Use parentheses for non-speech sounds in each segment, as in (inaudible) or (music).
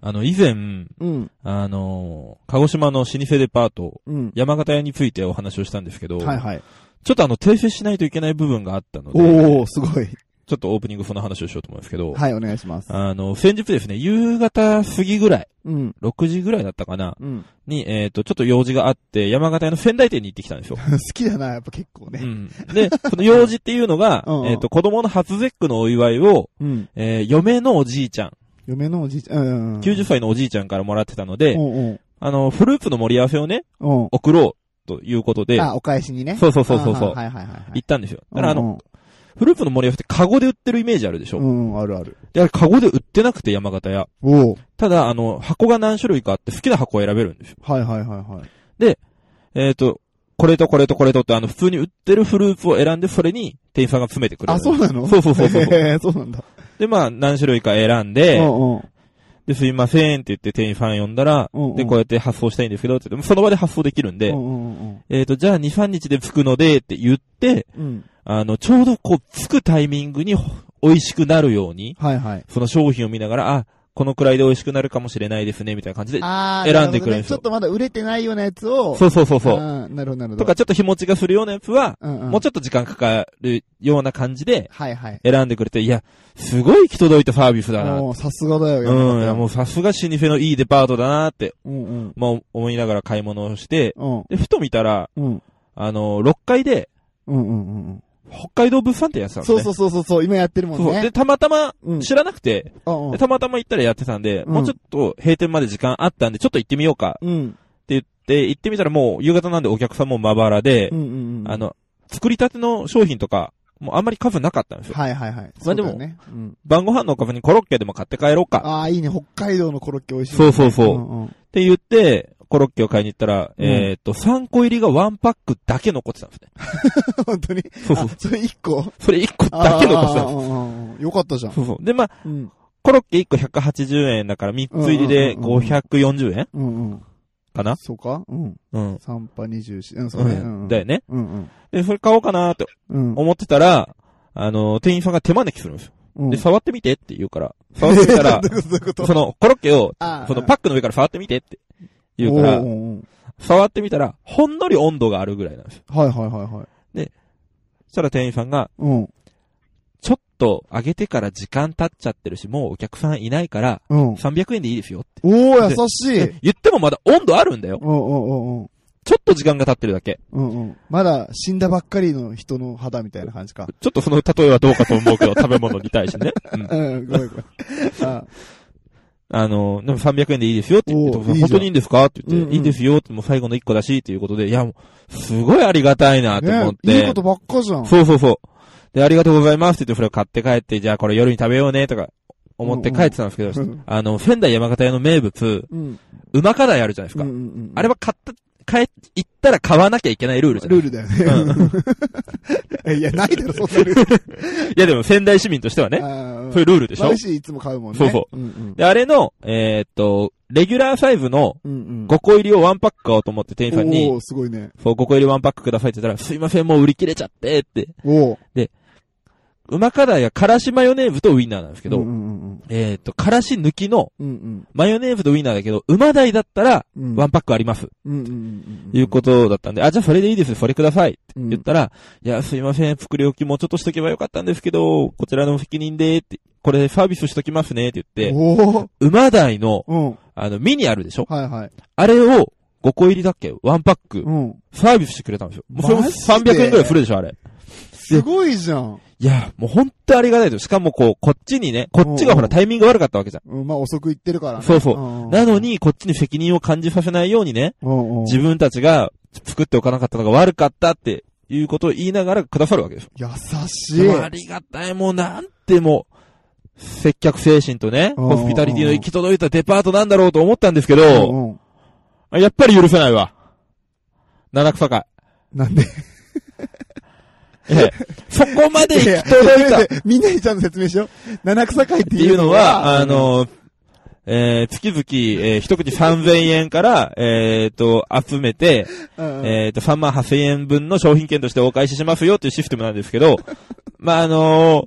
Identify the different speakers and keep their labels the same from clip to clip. Speaker 1: あの、以前、
Speaker 2: うん、
Speaker 1: あの、鹿児島の老舗デパート、
Speaker 2: うん。
Speaker 1: 山形屋についてお話をしたんですけど、
Speaker 2: はいはい。
Speaker 1: ちょっとあの、訂正しないといけない部分があったので、
Speaker 2: おー、すごい。
Speaker 1: ちょっとオープニングその話をしようと思うんですけど、
Speaker 2: はい、お願いします。
Speaker 1: あの、先日ですね、夕方過ぎぐらい、
Speaker 2: うん、
Speaker 1: 6時ぐらいだったかな、
Speaker 2: うん。
Speaker 1: に、えっ、と、ちょっと用事があって、山形屋の仙台店に行ってきたんですよ。
Speaker 2: 好きだな、やっぱ結構
Speaker 1: う
Speaker 2: ね。、
Speaker 1: ん。で、その用事っていうのが
Speaker 2: (laughs) うんうん
Speaker 1: えっ、と、子供の初絶句のお祝いを、
Speaker 2: うん。
Speaker 1: えー嫁のおじいちゃん、
Speaker 2: 嫁のおじいちゃん、うん。
Speaker 1: 90歳のおじいちゃんからもらってたので、
Speaker 2: うんうん。
Speaker 1: あの、フルーツの盛り合わせをね、
Speaker 2: うん。
Speaker 1: 送ろうということで、
Speaker 2: あ、お返しにね。
Speaker 1: そうそうそうそうそう
Speaker 2: あーはいはいはいはい。
Speaker 1: 行ったんですよ。だからあの、
Speaker 2: の、
Speaker 1: フルーツの盛り合わせってカゴで売ってるイメージあるでしょ、
Speaker 2: うん、うんあるある。
Speaker 1: で、あれカゴで売ってなくて山形屋。
Speaker 2: おー。
Speaker 1: ただ、あの、箱が何種類かあって好きな箱を選べるんですよ。
Speaker 2: はいはいはいはい。
Speaker 1: えっ、と、これとこれとこれとって、あの、普通に売ってるフルーツを選んで、それに店員さんが詰めてくれる。
Speaker 2: あ、そうなの
Speaker 1: そうそうそうそう
Speaker 2: へーそうなんだ。
Speaker 1: で、まあ、何種類か選ん
Speaker 2: う
Speaker 1: で、
Speaker 2: んうん。
Speaker 1: で、すいませんって言って店員さん呼んだら、
Speaker 2: うんうん
Speaker 1: で、こうやって発送したいんですけど、って言ってその場で発送できるんで、
Speaker 2: うんうんうん
Speaker 1: えっ、と、じゃあ2、3日で着くのでって言って、
Speaker 2: うん。うん。
Speaker 1: あの、ちょうどこう、着くタイミングにほ美味しくなるように、
Speaker 2: はいはい。
Speaker 1: その商品を見ながら、あ、このくらいで美味しくなるかもしれないですね、みたいな感じで。
Speaker 2: あ
Speaker 1: ー選んでくれるん
Speaker 2: なほどね
Speaker 1: です
Speaker 2: ちょ
Speaker 1: よ
Speaker 2: っとまだ売れてないようなやつを。
Speaker 1: そうそうそうそう。
Speaker 2: うん。なるほどなるほど。
Speaker 1: とか、ちょっと日持ちがするようなやつは、
Speaker 2: うんうん。
Speaker 1: もうちょっと時間かかるような感じで、
Speaker 2: はいはい。
Speaker 1: 選んでくれて、いや、すごい行き届いたサービスだな。
Speaker 2: もうさすがだよ、
Speaker 1: うん、いやも
Speaker 2: う。
Speaker 1: うさすが老舗のいいデパートだなって、
Speaker 2: うんうん。
Speaker 1: まあ思いながら買い物をして、
Speaker 2: うん。
Speaker 1: で、ふと見たら、
Speaker 2: うん。
Speaker 1: あの、6階で、
Speaker 2: うんうんうん
Speaker 1: 北海道物産展やって
Speaker 2: う
Speaker 1: た
Speaker 2: ん。
Speaker 1: んです
Speaker 2: そ
Speaker 1: ね。
Speaker 2: うそうそうそうそう、今やってるもん
Speaker 1: そうで、
Speaker 2: ね。
Speaker 1: たまたま、
Speaker 2: うん。
Speaker 1: 知らなくて、
Speaker 2: うんうん
Speaker 1: でたまたま行ったらやってたんで、
Speaker 2: うん
Speaker 1: もうちょっと閉店まで時間あったんで、ちょっと行ってみようかって
Speaker 2: うん。
Speaker 1: 言って、行ってみたらもう夕方なんでお客さんもまばらで
Speaker 2: う、んうんうん。
Speaker 1: あ、の、作りたての商品とか、もうあんまり数なかったんですよ。
Speaker 2: はいはいはい。
Speaker 1: まあでも
Speaker 2: そうだよね。うん。
Speaker 1: 晩ご飯のおかずにコロッケでも買って帰ろうか。
Speaker 2: ああ、いいね。北海道のコロッケ美味しいね。
Speaker 1: そうそうそう。っ
Speaker 2: んうん。
Speaker 1: て言って、コロッケを買いに行ったら、
Speaker 2: うん
Speaker 1: えっと、3個入りが1パックだけ残ってたんですね。
Speaker 2: (laughs) 本当に。
Speaker 1: そうそう
Speaker 2: あ。それ一個
Speaker 1: それ1個だけ残ってたん
Speaker 2: あ
Speaker 1: で
Speaker 2: ーうんうんうんよかったじゃん
Speaker 1: す。。そうそう。で、まあ、
Speaker 2: うん。
Speaker 1: コロッケ1個180円だから3つ入りで
Speaker 2: うんうんうんうん
Speaker 1: 540円
Speaker 2: うんうん。
Speaker 1: かな
Speaker 2: そうかうん。
Speaker 1: うん。
Speaker 2: 三波二十四。うん、そううね。うんうん
Speaker 1: ん。だよね。
Speaker 2: うん
Speaker 1: で、それ買おうかなーって
Speaker 2: うん。
Speaker 1: 思ってたら、あのー、店員さんが手招きするんですよ。
Speaker 2: うん。
Speaker 1: で、触ってみてって言うから、触ってみたら
Speaker 2: (laughs) ど、ういうことどういうこと
Speaker 1: そのコロッケを、
Speaker 2: あー
Speaker 1: そのパックの上から触ってみてって言うから
Speaker 2: おー、おーおー
Speaker 1: 触ってみたら、ほんのり温度があるぐらいなんですよ。
Speaker 2: はいはいはいはい。
Speaker 1: そしたら店員さんが、
Speaker 2: うん。
Speaker 1: ちょっと揚げてから時間経っちゃってるし、もうお客さんいないから、
Speaker 2: うん。
Speaker 1: 300円でいいですよって。
Speaker 2: おー、優しい。
Speaker 1: で言ってもまだ温度あるんだよ。
Speaker 2: うんうんうん
Speaker 1: ちょっと時間が経ってるだけ。
Speaker 2: うん。うんうん。まだ死んだばっかりの人の肌みたいな感じか。
Speaker 1: ちょっとその例えはどうかと思うけど、食べ物に対
Speaker 2: (laughs)
Speaker 1: してね。うん
Speaker 2: うん、ごめんごめん。あ
Speaker 1: あの、でも300円でいいですよって言って、
Speaker 2: おういいじゃん
Speaker 1: 本当にいいんですかって言って、
Speaker 2: うんうん
Speaker 1: いいですよって、もう最後の1個だしっていうことで、いや、もう、すごいありがたいなと思
Speaker 2: ね
Speaker 1: っ、て。
Speaker 2: いいことばっかじゃん。
Speaker 1: そうそうそう。で、ありがとうございますって言って、それを買って帰って、じゃあこれ夜に食べようねとか、思って帰ってたんですけど、
Speaker 2: うんうん
Speaker 1: あの、仙台山形屋の名物、
Speaker 2: うん。
Speaker 1: うまかだいあるじゃないですか。
Speaker 2: うんうんうん
Speaker 1: あれは買った、買え、行ったら買わなきゃいけないルールじゃない
Speaker 2: ルールだよね。いや、ないだろ、そん
Speaker 1: (laughs)
Speaker 2: なルール。
Speaker 1: いやでも仙台市民としてはね、
Speaker 2: あー
Speaker 1: そういうルールでしょ
Speaker 2: 毎週いつも買うもんね。
Speaker 1: そうそ
Speaker 2: うんうん。
Speaker 1: で、あれの、えーっと、レギュラーサイズの
Speaker 2: うんうん。
Speaker 1: 5個入りを1パック買おうと思って店員さん
Speaker 2: お
Speaker 1: に
Speaker 2: ー、、すごいね。
Speaker 1: そう、5個入り1パックくださいって言ったら、すいません、もう売り切れちゃってって。
Speaker 2: おー。
Speaker 1: うまかだいがからしマヨネーズとウインナーなんですけど、
Speaker 2: うんうんうん
Speaker 1: えーっと、からし抜きの、
Speaker 2: うん。うん
Speaker 1: マヨネーズとウインナーだけど、うまだいだったら、
Speaker 2: うん。うん
Speaker 1: ワンパックあります。
Speaker 2: うんうんうんうん。
Speaker 1: いうことだったんで、あ、じゃあそれでいいです、それください。って
Speaker 2: うん
Speaker 1: 言ったら、いや、すいません、作り置きもうちょっとしとけばよかったんですけど、こちらの責任で、って、これサービスしときますね、って言って、
Speaker 2: おー。
Speaker 1: 馬台の、
Speaker 2: うん。
Speaker 1: あの、ミニあるでしょ
Speaker 2: はいはい。
Speaker 1: あれを、5個入りだっけワンパック
Speaker 2: う、ん。
Speaker 1: サービスしてくれたんですよ。もうそれも
Speaker 2: マジで
Speaker 1: 300円くらいするでしょ、あれ。
Speaker 2: すごいじゃん。
Speaker 1: いや、もうほんとありがたいです。しかもこう、こっちにね、こっちがほ
Speaker 2: うんう
Speaker 1: ら
Speaker 2: ん
Speaker 1: タイミング悪かったわけじゃ
Speaker 2: うん、まあ遅く行ってるから
Speaker 1: ん。
Speaker 2: ね。
Speaker 1: そうそう。
Speaker 2: うん
Speaker 1: なの、に、こっちに責任を感じさせないようにね、
Speaker 2: うんうん
Speaker 1: 自分たちが作っておかなかったのが悪かったっていうことを言いながらくださるわけですよ。
Speaker 2: 優しい
Speaker 1: で。もありがたい、もうなんてもう、接客精神とね、
Speaker 2: うんうんうん
Speaker 1: ホスピタリティの行き届いたデパートなんだろうと思ったんですけ
Speaker 2: う
Speaker 1: ど、
Speaker 2: んうん
Speaker 1: やっぱり許せないわ。七草会。
Speaker 2: なんで (laughs)
Speaker 1: ええそこまで行き
Speaker 2: い
Speaker 1: 届い
Speaker 2: や
Speaker 1: たっ
Speaker 2: いや (laughs) みんなにちゃんと説明しよう。七草会っ
Speaker 1: て
Speaker 2: てい
Speaker 1: いう
Speaker 2: うの
Speaker 1: の
Speaker 2: は、
Speaker 1: は、あ、の、えー、月々、えー、一口3000円から、えー、と、集めて、
Speaker 2: うん
Speaker 1: えっ、と、3万8000円
Speaker 2: (laughs)
Speaker 1: 分の商品券としてお返ししますよっていうシステムなんですけど、まあ、あのー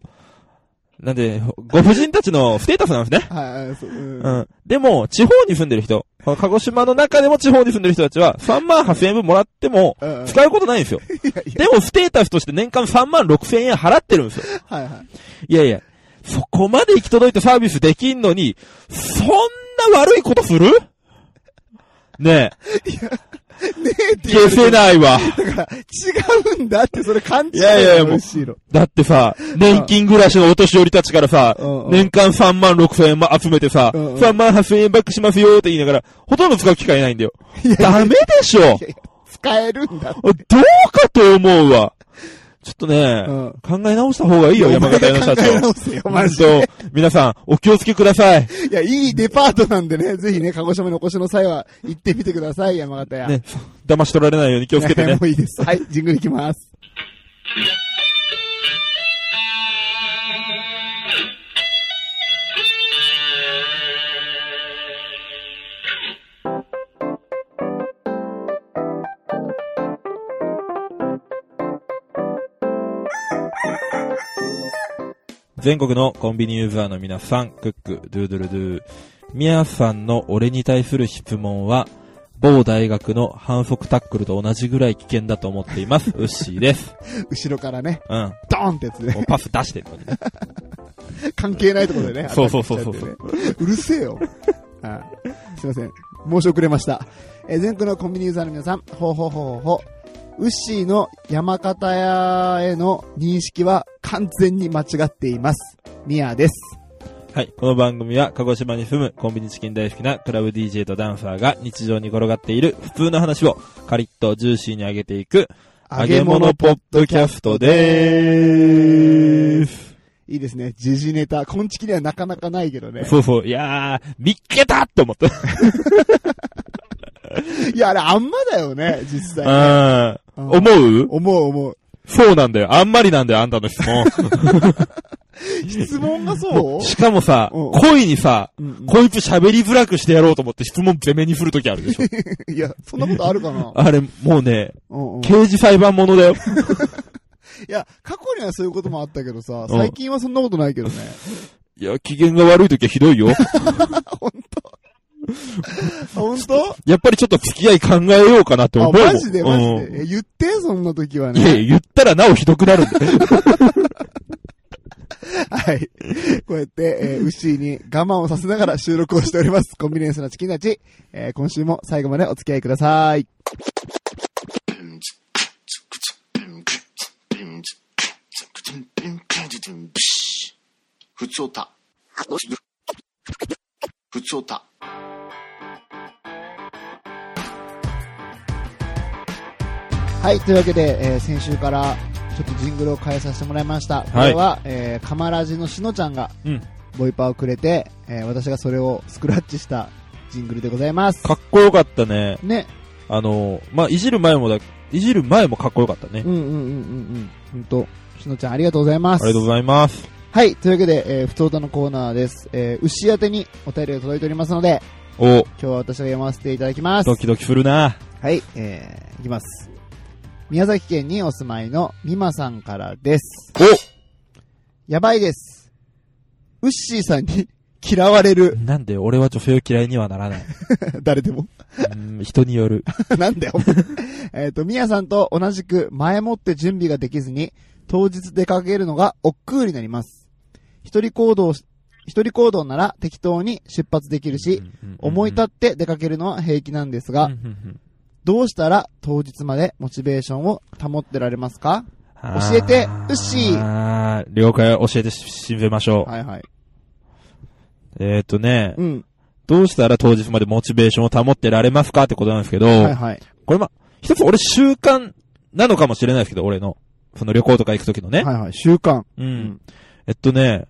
Speaker 1: なんで、ご婦人たちのステータスなんですね。
Speaker 2: はい、そう、うん。
Speaker 1: うん。でも、地方に住んでる人、この鹿児島の中でも地方に住んでる人たちは、3万8千円分もらっても、
Speaker 2: うん
Speaker 1: 使うことないんですよ。
Speaker 2: (laughs) いやい
Speaker 1: でも、ステータスとして年間3万6千円払ってるんですよ。
Speaker 2: や、はいはい。
Speaker 1: いやいや、そこまで行き届いたサービスできんのに、そんな悪いことするね
Speaker 2: えっ
Speaker 1: え、
Speaker 2: て言
Speaker 1: 消
Speaker 2: われて
Speaker 1: せないわ。
Speaker 2: だから、違うんだって、それ勘違
Speaker 1: い
Speaker 2: い
Speaker 1: やいやいやもう
Speaker 2: むしろ。
Speaker 1: だってさ、年金暮らしのお年寄りたちからさ
Speaker 2: うんう、ん
Speaker 1: 年間3万6千円も集めてさ、
Speaker 2: うんうん
Speaker 1: 3万8千円バックしますよって言いながら、ほとんど使う機会ないんだよ。
Speaker 2: いや
Speaker 1: ダメでしょ
Speaker 2: 使えるんだ。
Speaker 1: どうかと思うわ。ちょっとね、
Speaker 2: うん
Speaker 1: 考え直した方がいいよ、山形屋の社
Speaker 2: 考え
Speaker 1: 長。
Speaker 2: 直せよ、マジで。
Speaker 1: 本当皆さん、お気をつけください。
Speaker 2: いや、いいデパートなん
Speaker 1: (laughs)
Speaker 2: でね、ぜひね、鹿児島にお越しの際は、行ってみてください、山形屋。
Speaker 1: ね、騙し取られないように気をつけてね
Speaker 2: (laughs) も。ういいです。はい、ジングルいきます。
Speaker 1: 全国のコンビニユーザーの皆さん、クック、ドゥードゥルドゥー。みやさんの俺に対する質問は、某大学の反則タックルと同じぐらい危険だと思ってい (laughs) ます。ウッシーです。
Speaker 2: 後ろからね、
Speaker 1: うん。
Speaker 2: ドーンってやつでね、
Speaker 1: もうパス出して (laughs) るのにね。
Speaker 2: 関係ないところで
Speaker 1: (laughs)
Speaker 2: ね。
Speaker 1: そうそうそうそう
Speaker 2: アタックしちゃってねうるせえ
Speaker 1: (laughs)
Speaker 2: よ。ああすいません。申し遅れました。えー全国のコンビニユーザーの皆さん、ほうほうほうほうほう。ウッシーの山形屋への認識は完全に間違っています。ミアです。
Speaker 1: はい。この番組は、鹿児島に住むコンビニチキン大好きなクラブ DJ とダンサーが日常に転がっている普通の話をカリッとジューシーに上げていく、揚げ物ポッドキャストでーす。
Speaker 2: いいですね。時事ネタ。こんちきにはなかなかないけどね。
Speaker 1: そうそう。いやー、見っけたって思った。
Speaker 2: いや、あれあんまだよね、実際。
Speaker 1: うん。
Speaker 2: うん
Speaker 1: 思う
Speaker 2: 思う思う。
Speaker 1: そうなんだよ。あんまりなんだよ、あんたの質
Speaker 2: (laughs)
Speaker 1: 問。
Speaker 2: 質問がそう
Speaker 1: しかもさ、
Speaker 2: うん
Speaker 1: 恋にさ、
Speaker 2: うんうん
Speaker 1: こいつ喋りづらくしてやろうと思って質問攻めにするときあるでしょ。
Speaker 2: いや、そんな (laughs) ことあるかな、
Speaker 1: あれ、もうね、
Speaker 2: うんうん、い
Speaker 1: 刑事裁判ものだよ。
Speaker 2: や、過去にはそういうこともあったけどさ、
Speaker 1: ん
Speaker 2: 最近はそんなことないけどね。
Speaker 1: いや、機嫌が悪いときはひどい
Speaker 2: (laughs)
Speaker 1: よ。
Speaker 2: 本当
Speaker 1: やっぱりちょっと付き合い考えようかなって思
Speaker 2: あ、
Speaker 1: うもん。
Speaker 2: マジでマジ
Speaker 1: うん
Speaker 2: で。え言って、そんな時はい
Speaker 1: や (laughs)
Speaker 2: ね。
Speaker 1: いや言ったらなおひどくなるんだよ。
Speaker 2: はい。こうやって、えー、ウッシーに我慢をさせながら収録をしております。コンビニエンスなチキンたち。えー今週も最後までお付き合いください。
Speaker 3: ふつおた。ふつおた。
Speaker 2: はい、というわけで、えー先週からちょっとジングルを変えさせてもらいました。これは、えー、カマラジのしのちゃんが
Speaker 1: うん。
Speaker 2: ボイパーをくれて、えー私がそれをスクラッチしたジングルでございます。
Speaker 1: (laughs) かっこよかったね。
Speaker 2: ね。
Speaker 1: あの、まあ、いじる前もだ、いじる前もかっこよかったね。
Speaker 2: うんうんうんうんうん。ほんと、しのちゃんありがとうございます。
Speaker 1: ありがとうございます。
Speaker 2: はい、というわけで、えー、ふつおたのコーナーです。えー、牛宛てにお便りが届いておりますので、
Speaker 1: お、
Speaker 2: 今日は私が読ませていただきます
Speaker 1: ド。キドキするな。
Speaker 2: はい、えー、いきます。宮崎県にお住まいのみまさんからです。やばいです。ウッシーさんに (laughs) 嫌われ
Speaker 1: お
Speaker 2: る、 (laughs)
Speaker 1: なんで俺は女性を嫌いにはならない。
Speaker 2: 誰でも。
Speaker 1: う
Speaker 2: (laughs)
Speaker 1: ん人による。
Speaker 2: なんだよ。 (laughs) えっと、みやさんと同じく前もって準備ができずに、当日出かけるのが億劫になります。一人行動し、一人行動なら適当に出発できるし、思い立
Speaker 1: っ
Speaker 2: って出かけるのは平気なんです
Speaker 1: た
Speaker 2: が、どうしたら当日までモチベーションを保ってられますか教えてうっしー
Speaker 1: ー。了解、教えてし、しめましょう。
Speaker 2: はいはい。
Speaker 1: えっ、とね、
Speaker 2: うん。
Speaker 1: どうしたら当日までモチベーションを保ってられますかってことなんですけど、
Speaker 2: はいはい。
Speaker 1: これま、一つ俺習慣なのかもしれないですけど、俺の。その旅行とか行くときのね。
Speaker 2: はいはい。習慣。
Speaker 1: うん、
Speaker 2: ん
Speaker 1: えっとね、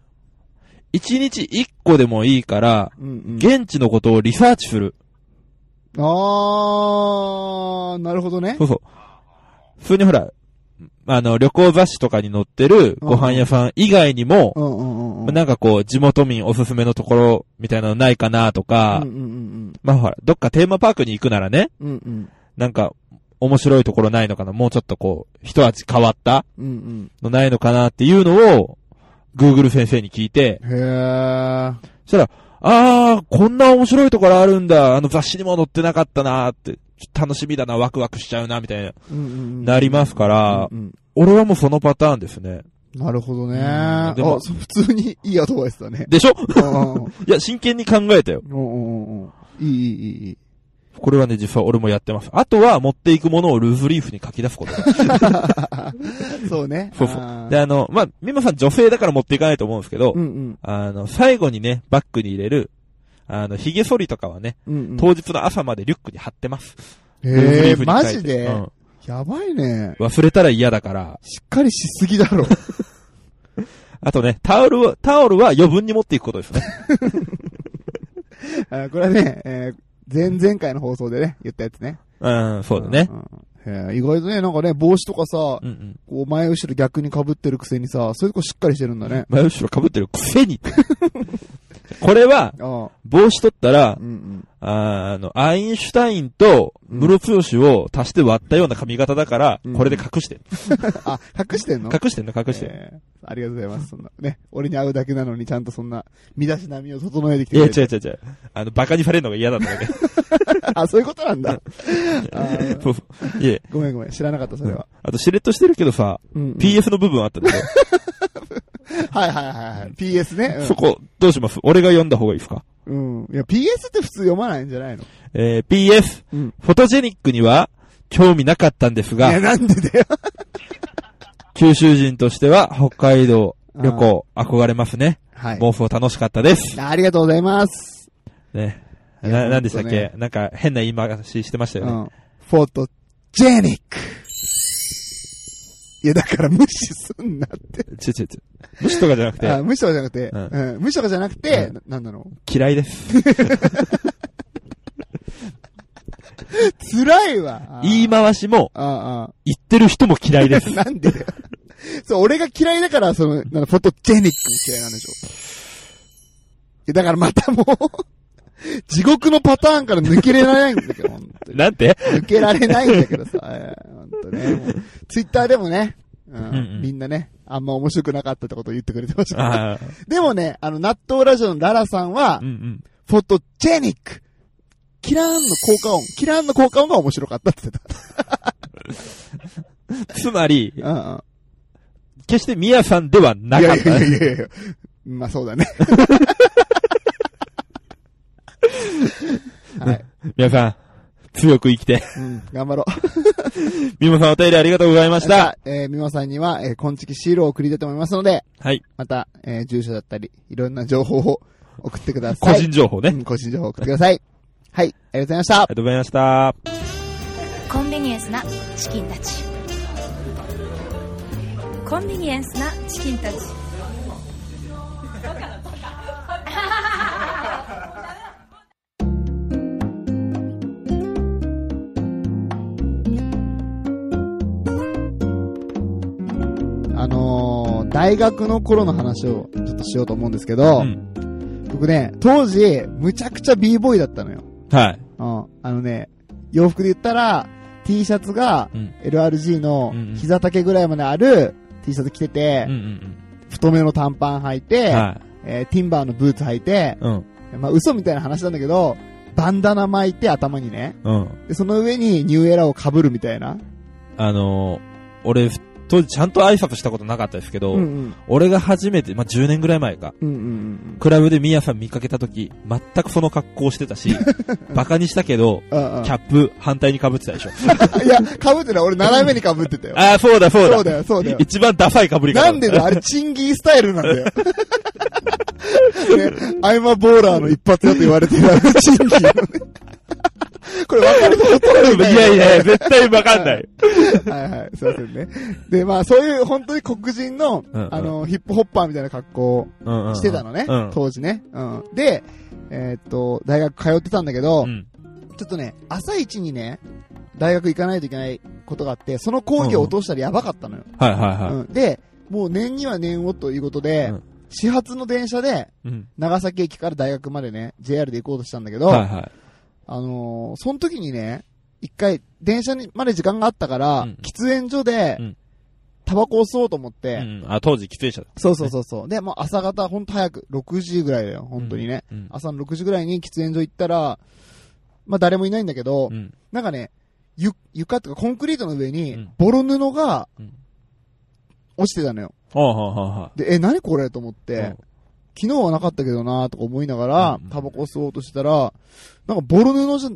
Speaker 1: 一日一個でもいいから、
Speaker 2: うんうん。
Speaker 1: 現地のことをリサーチする。
Speaker 2: あー、なるほどね
Speaker 1: そ。うそう。普通にほら、あの、旅行雑誌とかに載ってるご飯屋さん以外にも、
Speaker 2: うんうんうんうん。
Speaker 1: なんかこう、地元民おすすめのところみたいなのないかなとか、
Speaker 2: うんうんうん
Speaker 1: まあほら、どっかテーマパークに行くならね、
Speaker 2: うん。うんうん。
Speaker 1: なんか、面白いところないのかな、もうちょっとこう、一味変わった
Speaker 2: うんうん。
Speaker 1: のないのかなっていうのを、 Google 先生に聞いて、
Speaker 2: へー。
Speaker 1: そしたら、あー、こんな面白いところあるんだ。あの雑誌にも載ってなかったなーって、楽しみだな、ワクワクしちゃうな、みたいな、
Speaker 2: うんうんうん
Speaker 1: なりますから、
Speaker 2: うんうん
Speaker 1: 俺はもうそのパターンですね。
Speaker 2: なるほどね。
Speaker 1: うん
Speaker 2: あ、
Speaker 1: でも
Speaker 2: そう普通にいいアドバイスだね。
Speaker 1: でしょ
Speaker 2: うんうん
Speaker 1: いや、真剣に考えたよ。
Speaker 2: うんうんいいいいいいいい。
Speaker 1: これはね、実は俺もやってます。あとは、持っていくものをルーズリーフに書き出すこと。
Speaker 2: そうね。
Speaker 1: そうそう
Speaker 2: あー
Speaker 1: で、あの、まあ、ミマさん女性だから持っていかないと思うんですけど、
Speaker 2: うんうん
Speaker 1: あの、最後にね、バッグに入れる、あの、髭剃りとかはね、
Speaker 2: うんうん。
Speaker 1: 当日の朝までリュックに貼ってます。ルーズリ
Speaker 2: へ
Speaker 1: ー
Speaker 2: え
Speaker 1: フに書い
Speaker 2: マ
Speaker 1: て
Speaker 2: ジで、
Speaker 1: うん
Speaker 2: やばいね。
Speaker 1: 忘れたら嫌だから。
Speaker 2: しっかりしす
Speaker 1: (laughs)
Speaker 2: ぎだろ。
Speaker 1: あとね、タオルは、タオルは余分に持っていくことですね。 (laughs)
Speaker 2: あーこれはね、えー前々回の放送でね、言ったやつね。
Speaker 1: うん、そうだね。
Speaker 2: うん。うんへー意外とね、なんかね、帽子とかさ、
Speaker 1: うんうん。
Speaker 2: こう前後ろ逆に被ってるくせにさ、そういうとこしっかりしてるんだね。
Speaker 1: 前後ろ被ってるくせに。 (laughs) これは、
Speaker 2: あ
Speaker 1: 帽子取ったら
Speaker 2: あ、う、ん (laughs)
Speaker 1: あーあの、アインシュタインと、ムロツヨシを足して割ったような髪型だから、
Speaker 2: うん
Speaker 1: これで隠してる。
Speaker 2: うん。あ、隠してんの
Speaker 1: 隠してんの隠してんの。
Speaker 2: えーありがとうございます。そんな、ね、俺に会うだけなのにちゃんとそんな、身だしなみを整えてきて
Speaker 1: いや、違う
Speaker 2: くれて。
Speaker 1: 違う違う。あの、馬鹿にされるのが嫌だっただ
Speaker 2: (laughs)
Speaker 1: け。
Speaker 2: あ、そういうこと
Speaker 1: (laughs)
Speaker 2: なんだ。あー
Speaker 1: そうそういえ。
Speaker 2: ごめんごめん、知らなかった、それは。
Speaker 1: あと、しれっとしてるけどさ、
Speaker 2: うんうん
Speaker 1: PF の部分あったでし
Speaker 2: はいはいはいはい。PS ね
Speaker 1: ょ。そこ、どうします俺が読んだ方がいいですか
Speaker 2: うん。うん。いや、PS って普通読まないんじゃないの
Speaker 1: えー、PS、
Speaker 2: うん
Speaker 1: フォトジェニックには興味なかったんです
Speaker 2: いや、
Speaker 1: が、
Speaker 2: なんでだよ。
Speaker 1: 九州人としては北海道旅行憧れますね。
Speaker 2: はい。
Speaker 1: 妄想楽しかったです。
Speaker 2: ありがとうございます。
Speaker 1: ね。
Speaker 2: いや
Speaker 1: な、なんでしたっけ、
Speaker 2: ほんとね
Speaker 1: なんか変な言い回ししてました
Speaker 2: う
Speaker 1: よね。
Speaker 2: ん。フォトジェニック。いや、だから無視すんなって。
Speaker 1: ちょちょちょ。無視とかじゃなく
Speaker 2: あ
Speaker 1: て、
Speaker 2: 無視とかじゃなくて、
Speaker 1: う
Speaker 2: うん、無視とかじゃなくて、
Speaker 1: うん
Speaker 2: ななんだろう。
Speaker 1: 嫌いです。
Speaker 2: 辛いわ。
Speaker 1: 言い回しも、
Speaker 2: あ
Speaker 1: 言ってる人も嫌いです
Speaker 2: あ、。 (laughs) なんでだよ。そう、俺が嫌いだから、その、なんかフォトジェニックも嫌いなんでしょ。いや、だからまたもう、地獄のパターンから抜けられないんだけど、本当に。
Speaker 1: なん
Speaker 2: (laughs)
Speaker 1: て
Speaker 2: 抜けられないんだけ
Speaker 1: (laughs)
Speaker 2: どさ、えー本当ね。もうツイッターでもね、うん
Speaker 1: んうん
Speaker 2: みんなね、あんま面白くなかったってことを言ってくれてました。
Speaker 1: ああ、
Speaker 2: (laughs) でもね、あの、納豆ラジオのララさんは
Speaker 1: うん、うん。
Speaker 2: フォトジェニックキラーンの効果音、キラーンの効果音が面白かったって言って
Speaker 1: つまり、
Speaker 2: た。うんうん。
Speaker 1: 決してミヤさんではないか
Speaker 2: や
Speaker 1: っ
Speaker 2: いや
Speaker 1: た。
Speaker 2: いやいやいや。まあそう
Speaker 1: (laughs)
Speaker 2: だね。はい。
Speaker 1: 皆さん、強く生きて。
Speaker 2: うん、頑張ろう。
Speaker 1: ミモさんお便りありがとうございまし
Speaker 2: じゃ
Speaker 1: た。
Speaker 2: あ、えー、みもさんには、えー、こんちきシールを送りたいと思いますので、
Speaker 1: はい。
Speaker 2: また、えー、住所だったり、いろんな情報を送ってくださ
Speaker 1: 個
Speaker 2: い。
Speaker 1: 人情報ね。
Speaker 2: うん、個人情報を送ってください。はい、ありがとうございました
Speaker 1: あり。がとうございました。
Speaker 4: コンビニエンスなチキンたちコンビニエンスなチキンたち
Speaker 2: あのー、大学の頃の話をちょっとしようと思うんですけど、
Speaker 1: うん
Speaker 2: 僕ね、当時、むちゃくちゃ b ボーイだったのよ。
Speaker 1: はい。
Speaker 2: うん。あのね、洋服で言ったら、T シャツが
Speaker 1: うん。
Speaker 2: LRG の
Speaker 1: うんうん
Speaker 2: 膝丈ぐらいまである T シャツ着てて、
Speaker 1: うんうん
Speaker 2: 太めの短パン履い
Speaker 1: うん。
Speaker 2: て、
Speaker 1: は
Speaker 2: えーティンバーのブーツ履いて
Speaker 1: い。、うん。
Speaker 2: まあ嘘みたいな話なんだけど、バンダナ巻いて頭にね、
Speaker 1: うん。
Speaker 2: でその上にニューエラーを被るみたいな。
Speaker 1: あのー、俺、当時ちゃんと挨拶したことなかったですけど、
Speaker 2: うん
Speaker 1: 俺が初めて、まあ、10年ぐらい前か、
Speaker 2: うん。うんうん
Speaker 1: クラブでミヤさん見かけたとき、全くその格好をしてた
Speaker 2: (laughs)
Speaker 1: し、バカにしたけど、
Speaker 2: うん。うんうん
Speaker 1: キャップ反対に被ってたでしょ。
Speaker 2: いや、被ってない。俺斜めに被ってたよ。
Speaker 1: ああ、そうだそうだ。
Speaker 2: そうだよ、そうだよ。
Speaker 1: 一番ダサい被り方。
Speaker 2: なんでだよ、あれ、チンギースタイルなんだよ。ね、アイマボーラーの一発だと言われてるあのチンギーのね。これ分かると思ったら
Speaker 1: いやいやいや、絶対わかんない。
Speaker 2: はいはい、すいませんね。で、まあ、そういう本当に黒人の、
Speaker 1: うんうん
Speaker 2: あの、ヒップホッパーみたいな格好を
Speaker 1: うんうんうん
Speaker 2: してたのね、
Speaker 1: うん。
Speaker 2: 当時ね。うん。で、えーっと、大学通ってたんだけど、
Speaker 1: うん
Speaker 2: ちょっとね、朝一にね、大学行かないといけないことがあって、その講義を落としたらやばかったのよ。
Speaker 1: はいはいは
Speaker 2: うん、で、もう年には年をということで、
Speaker 1: うん
Speaker 2: 始発の電車で、
Speaker 1: い。うん。
Speaker 2: 長崎駅から大学までね、JR で行こうとしたんだけど、
Speaker 1: はいはい。
Speaker 2: あのーその時にね、一回、電車にまで時間があったから、
Speaker 1: うん
Speaker 2: 喫煙所で、
Speaker 1: うん
Speaker 2: タバコを吸おうと思っ
Speaker 1: う
Speaker 2: て、
Speaker 1: ん。あ、当時喫煙者だ。
Speaker 2: そうそうそうそう。で、もう朝方、ほんと早く、6時ぐらいだよ、本当にね。
Speaker 1: うん。
Speaker 2: 朝の6時ぐらいに喫煙所行ったら、まあ誰もいないんだけど、
Speaker 1: うん。
Speaker 2: なんかね、ゆ床とかコンクリートの上
Speaker 1: う
Speaker 2: に
Speaker 1: ん、
Speaker 2: ボロ布が
Speaker 1: うん
Speaker 2: 落ちてたのよ。
Speaker 1: はあはあはあはあ。
Speaker 2: で、え、何これと思って、昨日はなかったけどなとか思いながら
Speaker 1: うんうん、
Speaker 2: タバコを吸おうとしたら、なんかボロ布じゃ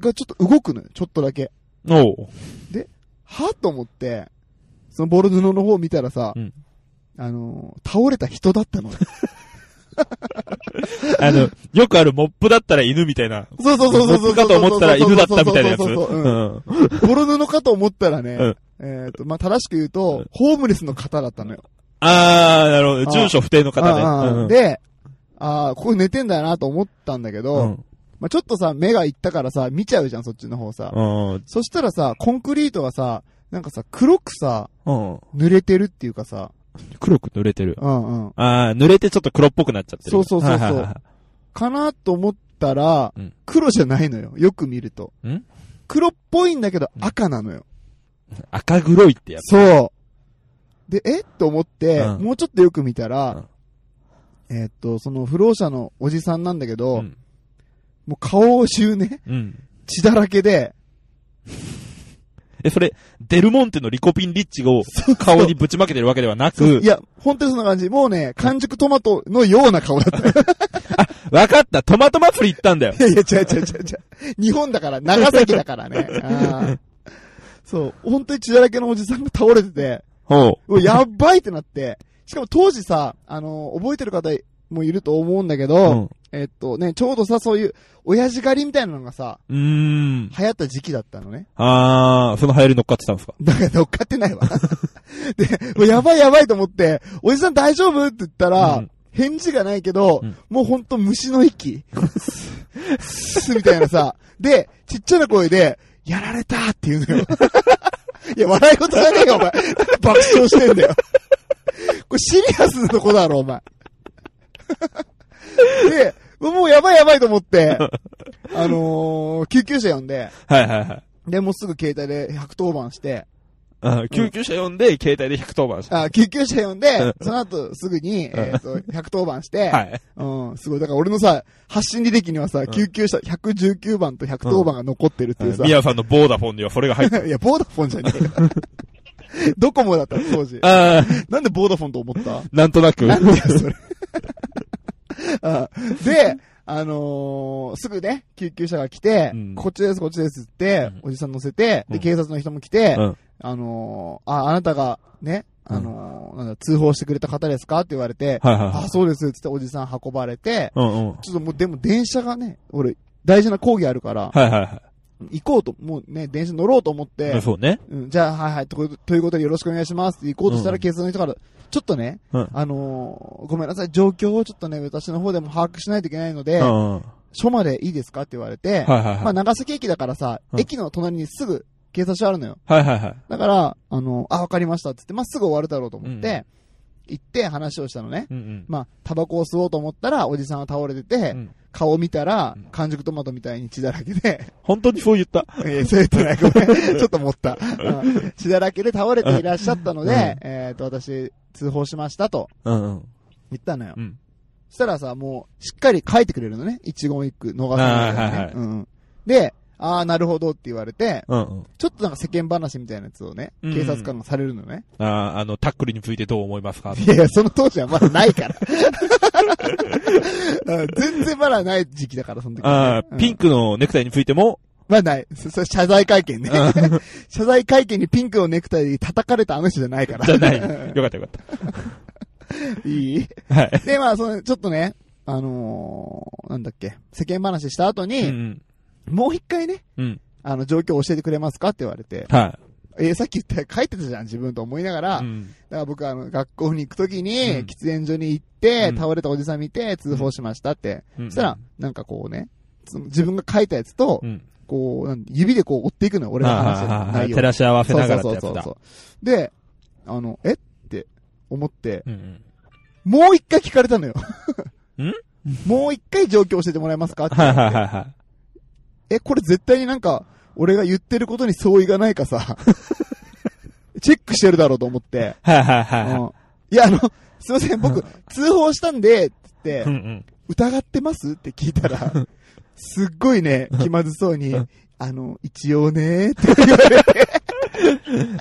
Speaker 2: がちょっと動くのよ、ちょっとだけ。
Speaker 1: うんおう。
Speaker 2: はと思って、そのボロ布の方を見たらさ、
Speaker 1: うん
Speaker 2: あのー、倒れた人だったのよ。
Speaker 1: あの、よくあるモップだったら犬みたいな。
Speaker 2: そうそうそうそうそう。
Speaker 1: モップかと思ったら犬だったみたいなやつ。
Speaker 2: そうそうそうそうう
Speaker 1: う
Speaker 2: ん
Speaker 1: ん。
Speaker 2: ボロ布かと思ったらね、
Speaker 1: うん
Speaker 2: えっと、まあ、正しく言う
Speaker 1: う
Speaker 2: と
Speaker 1: ん、
Speaker 2: ホームレスの方だったのよ。
Speaker 1: あー、なるほど。
Speaker 2: あー
Speaker 1: 住所不定の方ね。
Speaker 2: ああ
Speaker 1: うんうん
Speaker 2: で、ああ、ここ寝てんだなと思ったんだけど、
Speaker 1: うん
Speaker 2: まあ、ちょっとさ、目がいったからさ、見ちゃうじゃん、そっちの方さ。
Speaker 1: うん。
Speaker 2: そしたらさ、コンクリートがさ、なんかさ、黒くさ、
Speaker 1: うん。
Speaker 2: 濡れてるっていうかさ、
Speaker 1: 黒く濡れてる。
Speaker 2: うんうん。
Speaker 1: あー、濡れてちょっと黒っぽくなっちゃってる。
Speaker 2: そうそうそうそう
Speaker 1: はいはいはいはい
Speaker 2: かなと思ったら、
Speaker 1: うん
Speaker 2: 黒じゃないのよ。よく見ると。
Speaker 1: ん
Speaker 2: 黒っぽいんだけど赤なのよ。
Speaker 1: 赤黒いってやつ。
Speaker 2: そう。で、えと思って、
Speaker 1: うん
Speaker 2: もうちょっとよく見たら、えーっと、その不老者のおじさんなんだけど、
Speaker 1: うん
Speaker 2: もう顔中ね、
Speaker 1: うん。
Speaker 2: 血だらけで、
Speaker 1: え、それ、デルモンテのリコピンリッチを顔にぶちまけてるわけではなく
Speaker 2: (laughs) い、や、本当にそんな感じ。もうね、完熟トマトのような顔だった。
Speaker 1: わかったトマト祭り行ったんだよ
Speaker 2: い。やいや、違う違う違う違う。日本だから、長崎だからね。あーそう、本当に血だらけのおじさんが倒れてて、
Speaker 1: ほ
Speaker 2: うわやっばいってなって、しかも当時さ、あの覚えてる方もいると思うんだけ
Speaker 1: う。
Speaker 2: ど、
Speaker 1: うん。う
Speaker 2: えっとね、ちょうどさ、そういう、親父狩りみたいなのがさ、
Speaker 1: ーん。
Speaker 2: 流行った時期だったのね。
Speaker 1: あー、その流行り乗っかってたんですか
Speaker 2: だから乗っかってないわ。で、もうやばいやばいと思って、おじさん大丈夫って言ったら、
Speaker 1: うん
Speaker 2: 返事がないけど、
Speaker 1: うん
Speaker 2: もうほんと虫の息。スッみたいなさ。で、ちっちゃな声で、やられたって言うのよ。いや、笑い事じゃねえよ、お前。爆笑してんだよ。これシリアスなとこだろ、お前。で、もうやばいやばいと思って、あのー救急車呼んで、
Speaker 1: はいはいはい。
Speaker 2: で、もうすぐ携帯で110番して、
Speaker 1: あー救急車呼んで、携帯で110番した。
Speaker 2: あ、救急車呼ん
Speaker 1: う
Speaker 2: で
Speaker 1: ん、
Speaker 2: その後すぐに、えっ、と、110番して、
Speaker 1: はい。
Speaker 2: うん、すごい。だから俺のさ、発信履歴にはさ、救急車119番と110番が残ってるっていうさ、
Speaker 1: ミヤさんのボーダフォンにはそれが入
Speaker 2: (laughs)
Speaker 1: ってる。
Speaker 2: いや、ボーダフォンじゃねえよ。 (laughs) ドコモだったの、当時。
Speaker 1: あー、
Speaker 2: なんでボーダフォンと思った
Speaker 1: なんとなく。
Speaker 2: なんだよ、それ。 (laughs) あで、あのーすぐね、救急車が来て、
Speaker 1: うん
Speaker 2: こっちです、こっちですって、
Speaker 1: う
Speaker 2: おじさん乗せて、
Speaker 1: うん
Speaker 2: で、警察の人も来て、
Speaker 1: うん
Speaker 2: あのーあ、あなたがね、あのーなんだ、通報してくれた方ですかって言われて、
Speaker 1: はいはいは
Speaker 2: あ、
Speaker 1: い。
Speaker 2: そうです、つっておじさん運ばれて、
Speaker 1: うんうん。
Speaker 2: ちょっともう、でも電車がね、俺、大事な講義あるから、
Speaker 1: はいはいは
Speaker 2: 行こうと、もうね、電車乗ろうと思っ
Speaker 1: い
Speaker 2: て、
Speaker 1: うん。そうね。
Speaker 2: うん、じゃあ、はいはい、とこいうということでよろしくお願いしますって行こうとした
Speaker 1: うんう
Speaker 2: ら、
Speaker 1: ん
Speaker 2: 警察の人から、ちょっとね、
Speaker 1: うん
Speaker 2: あのーごめんなさい、状況をちょっとね、私の方でも把握しないといけないの
Speaker 1: う
Speaker 2: で、
Speaker 1: んうん。はい
Speaker 2: 署までいいですかって言われて、
Speaker 1: はいはい。
Speaker 2: まあ、長崎駅だからさ、
Speaker 1: うん
Speaker 2: 駅の隣にすぐ警察署あるのよ。
Speaker 1: はいはいはい。
Speaker 2: だから、あのーあ、わかりましたって言って、まあ、すぐ終わるだろうと思って、行って話をしたのね。
Speaker 1: うんうん。
Speaker 2: まあ、タバコを吸おうと思ったら、おじさんが倒れてて、
Speaker 1: うん
Speaker 2: 顔を見たら
Speaker 1: うん、
Speaker 2: 完熟トマトみたいに血だらけで、 (laughs)
Speaker 1: 本当にそう言った。
Speaker 2: いや、そう言ってない。ごめ
Speaker 1: (laughs)
Speaker 2: ん。ちょっと持った。うん血だらけで倒れていらっしゃったので、
Speaker 1: うん
Speaker 2: えっと、私、通報しましたと
Speaker 1: うんうん。
Speaker 2: 言ったのよ。
Speaker 1: うん
Speaker 2: そしたらさ、もう、しっかり書いてくれるのね。一言一句逃さないようにね
Speaker 1: あーはいはい
Speaker 2: うんうんで、あー、なるほどって言われて、
Speaker 1: うんうん。
Speaker 2: ちょっとなんか世間話みたいなやつをね、
Speaker 1: うん
Speaker 2: 警察官がされるのね。
Speaker 1: ああ、あの、タックルについてどう思いますか
Speaker 2: いやいや、その当時はまだない
Speaker 1: (laughs)
Speaker 2: から。うん全然まだない時期だから、その時はね、
Speaker 1: ああ、ピン
Speaker 2: ク
Speaker 1: クのネクタイについても、
Speaker 2: まあない。そ、そ謝罪会見ね。 (laughs) 謝罪会見にピンクのネクタイで叩かれたあの人じゃないから。
Speaker 1: じゃ
Speaker 2: (laughs)
Speaker 1: ない。よかったよかっ
Speaker 2: いい
Speaker 1: た。はい。
Speaker 2: で、まあ、その、ちょっとね、あのーなんだっけ、世間話した後
Speaker 1: う
Speaker 2: に、
Speaker 1: ん
Speaker 2: もう一回ね、
Speaker 1: うん。うん。
Speaker 2: あの、状況を教えてくれますかって言われて、
Speaker 1: は
Speaker 2: えさっき言った、書いてたじゃん、自分と思いなが
Speaker 1: い。う
Speaker 2: ら、だ
Speaker 1: ん
Speaker 2: から僕は、あの、学校に行くときに、
Speaker 1: うん
Speaker 2: 喫煙所に行って、
Speaker 1: うん
Speaker 2: 倒れたおじさん見て、通報しましたって。
Speaker 1: うん
Speaker 2: そしたら、なんかこうね、その自分が書いたやつと、
Speaker 1: うん。
Speaker 2: こう、なん指でこう追っていくのよ、俺が話し
Speaker 1: ああ
Speaker 2: てる
Speaker 1: ああ
Speaker 2: 内容
Speaker 1: 照らし合わせ
Speaker 2: そう
Speaker 1: な
Speaker 2: そ
Speaker 1: がら
Speaker 2: う
Speaker 1: って
Speaker 2: そう
Speaker 1: やつ
Speaker 2: そ
Speaker 1: だ。
Speaker 2: うそう。で、あの、えって思って、
Speaker 1: うん
Speaker 2: もう一回聞かれたのよ。
Speaker 1: ん
Speaker 2: (laughs) もう一回状況教えてもらえますかっ
Speaker 1: うん。
Speaker 2: て
Speaker 1: はい
Speaker 2: 言わ
Speaker 1: は
Speaker 2: れ
Speaker 1: い
Speaker 2: て。
Speaker 1: はいはい。 (laughs)
Speaker 2: え、これ絶対になんか、俺が言ってることに相違がないかさ。チェックしてるだろうと思って。
Speaker 1: はいはいは
Speaker 2: う
Speaker 1: いはい。
Speaker 2: ん、いや、あの、すいません、僕、通報したんで、って
Speaker 1: うん、うん。
Speaker 2: 疑ってますって聞いたら、すっごいね、気まずそうに
Speaker 1: うん、
Speaker 2: あの、一応ね、って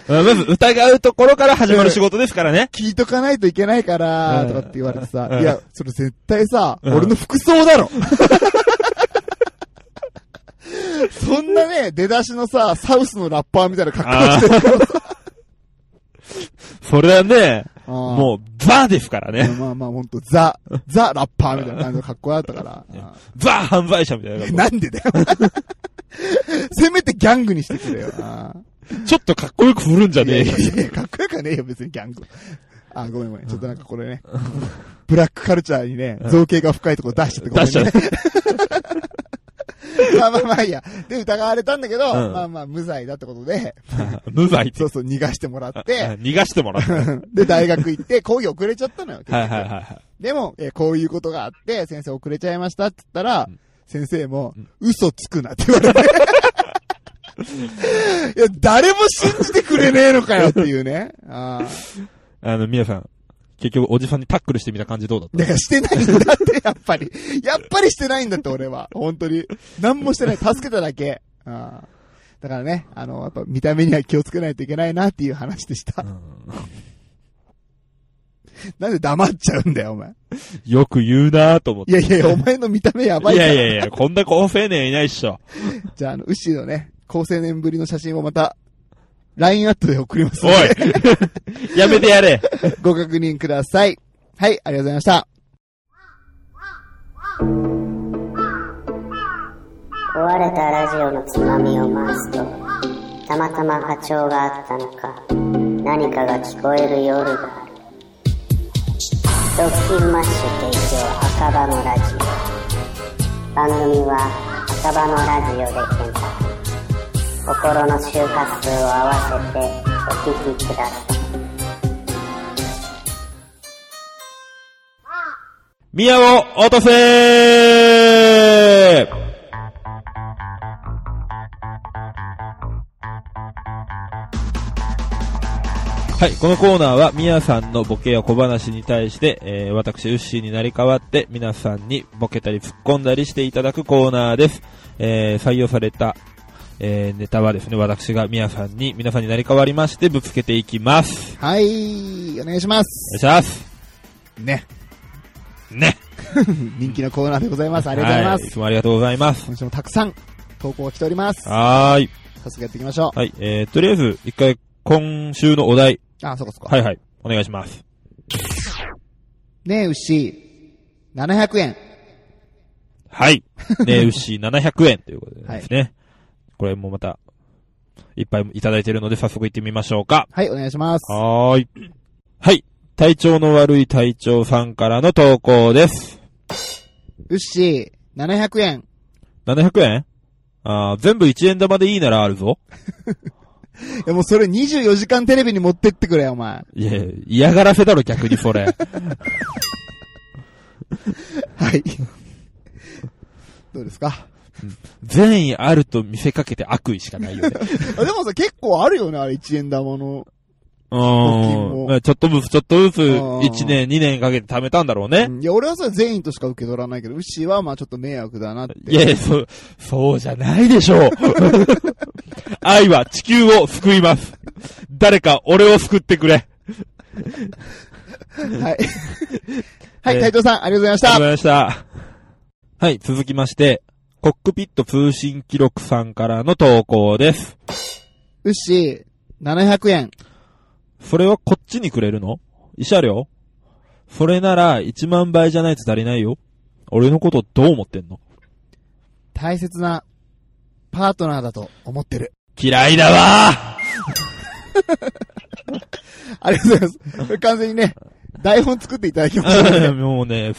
Speaker 1: まあまず疑うところから始まる仕事ですからね。
Speaker 2: 聞いとかないといけないか
Speaker 1: う
Speaker 2: ら、
Speaker 1: ん
Speaker 2: とかって言われてさ
Speaker 1: う、ん
Speaker 2: いや、それ絶対さ、
Speaker 1: うん
Speaker 2: 俺の服装だろそんなね、出だしのさ、サウスのラッパーみたいな格好してる。
Speaker 1: それはね、
Speaker 2: も
Speaker 1: もう、ザですからね。
Speaker 2: まあまあ、ほんと、ザ、ザラッパーみたいな感じの格好だったから。うん
Speaker 1: ザ犯罪者みたいな感
Speaker 2: なんでだよ。せめてギャングにしてくれよ。あー
Speaker 1: じ。ちょっとかっこよく振るんじゃねえ
Speaker 2: いや
Speaker 1: よ。
Speaker 2: いやいやかっこよくはねえよ、別にギャング。あー、ごめんごめん。ちょっとなんかこれね、ブラックカルチャーにね、造形が深いとこ出しちゃってごめん
Speaker 1: 出しちゃ
Speaker 2: ね
Speaker 1: う。。
Speaker 2: (laughs) まあまあまあいいや。で、疑われたんだけど、
Speaker 1: うん
Speaker 2: まあまあ無罪だってことで、
Speaker 1: 無罪って
Speaker 2: そ。うそう、逃がしてもらっ
Speaker 1: ああ
Speaker 2: て、
Speaker 1: 逃がしてもらった。はい
Speaker 2: で、大学行って、講義遅れちゃったのよ。結
Speaker 1: はい
Speaker 2: 局
Speaker 1: はいは
Speaker 2: でも、えーこういうことがあって、先生遅れちゃいましたって言ったら、先生も、嘘つくなって言われて。 (laughs) いや、誰も信じてくれねえのかよっていうね。あー
Speaker 1: い。あの、皆さん、結局おじさんにタックルしてみた感じどうだっ
Speaker 2: だからしてないんだって、やっぱり。やっぱりしてないんだって、俺は。本当に。何もしてない。助けただけ。あーだからね、あの、やっぱ見た目には気をつけないといけないなっていう話でした
Speaker 1: た、。うん
Speaker 2: なんで黙っちゃうんだよ、お前。
Speaker 1: よく言うなぁと思っ
Speaker 2: い
Speaker 1: て。
Speaker 2: やいや、お前の見た目やばい
Speaker 1: い
Speaker 2: か
Speaker 1: や
Speaker 2: ら。
Speaker 1: いやいや、こんな高青年いないっしょ。
Speaker 2: じゃあ、あの、ウッシーのね、高青年ぶりの写真をまた、LINE アットで送ります
Speaker 1: お
Speaker 2: ので、 (laughs)
Speaker 1: いやめてやれ
Speaker 2: ご確認ください。はい、ありがとうございました。
Speaker 5: 壊れたラジオのつまみを回すとたまたま波長があったのか何かが聞こえる夜がある「ドッキンマッシュ提供赤羽のラジオ」番組は赤羽のラジオで検索心の周波数を合わせてお聞きください
Speaker 1: 宮を落とせーはい、このコーナーは、みやさんのボケや小話に対して、えー、私、ウッシーになり変わって、皆さんにボケたり突っ込んだりしていただくコーナーです。えー、採用された、えー、ネタはですね、私がみやさんに、皆さんになり変わりまして、ぶつけていきます。
Speaker 2: はい、お願いします。
Speaker 1: お願いします。
Speaker 2: ね、
Speaker 1: ね。
Speaker 2: 人気のコーナーでございます。ありがとうございます。
Speaker 1: はい、いつもありがとうございます。
Speaker 2: 今週もたくさん投稿来ております。早
Speaker 1: はーい。
Speaker 2: 速やっていきましょ
Speaker 1: はい、えー、とりあえず、一回、今週のお題。
Speaker 2: う。あ、そこそこ。
Speaker 1: はいはい。お願いします。
Speaker 2: ねえ、ウッシー、700円。
Speaker 1: はい。ね、牛700円ということでですね。これもまた、いっぱいいただいているので、早速行ってみましょうか。
Speaker 2: はい、お願いします。
Speaker 1: はーい。はい。体調の悪い隊長さんからの投稿です。
Speaker 2: ウッシー、700円。
Speaker 1: 700円あー全部1円玉でいいならあるぞ。
Speaker 2: いや、もうそれ24時間テレビに持ってってくれよ、お前。
Speaker 1: いや、嫌がらせだろ、逆にそれ。
Speaker 2: はい。どうです (laughs) か
Speaker 1: (laughs) 善意あると見せかけて悪意しかないよね。
Speaker 2: あでもさ、結構あるよね、あれ、1円玉の。
Speaker 1: う
Speaker 2: 金
Speaker 1: ー
Speaker 2: も
Speaker 1: ん。ちょっとずつ、ちょっとずつ、
Speaker 2: ー
Speaker 1: 1年、2年かけて貯めたんだろうね。
Speaker 2: うんいや、俺はそれ全員としか受け取らないけど、ウッシーはまあちょっと迷惑だなって。
Speaker 1: いやいや、そう、そうじゃないでしょう。愛は地球を救います。誰か俺を救ってくれ。あり (laughs)
Speaker 2: はい。はい、
Speaker 1: えー
Speaker 2: 斉藤さん、あり
Speaker 1: がとう
Speaker 2: がとうござい
Speaker 1: ご
Speaker 2: まし
Speaker 1: ざいました。はい、続きまして、コックピット通信記録さんからの投稿です。
Speaker 2: た。ウッシー、700円。
Speaker 1: それはこっちにくれるの慰謝料それなら1万倍じゃないと足りないよ。俺のことどう思ってんの
Speaker 2: 大切なパートナーだと思ってる。
Speaker 1: 嫌いだわ
Speaker 2: ありがとうございます。これ完全にね、台本作っていただきましたね。
Speaker 1: ーもうね、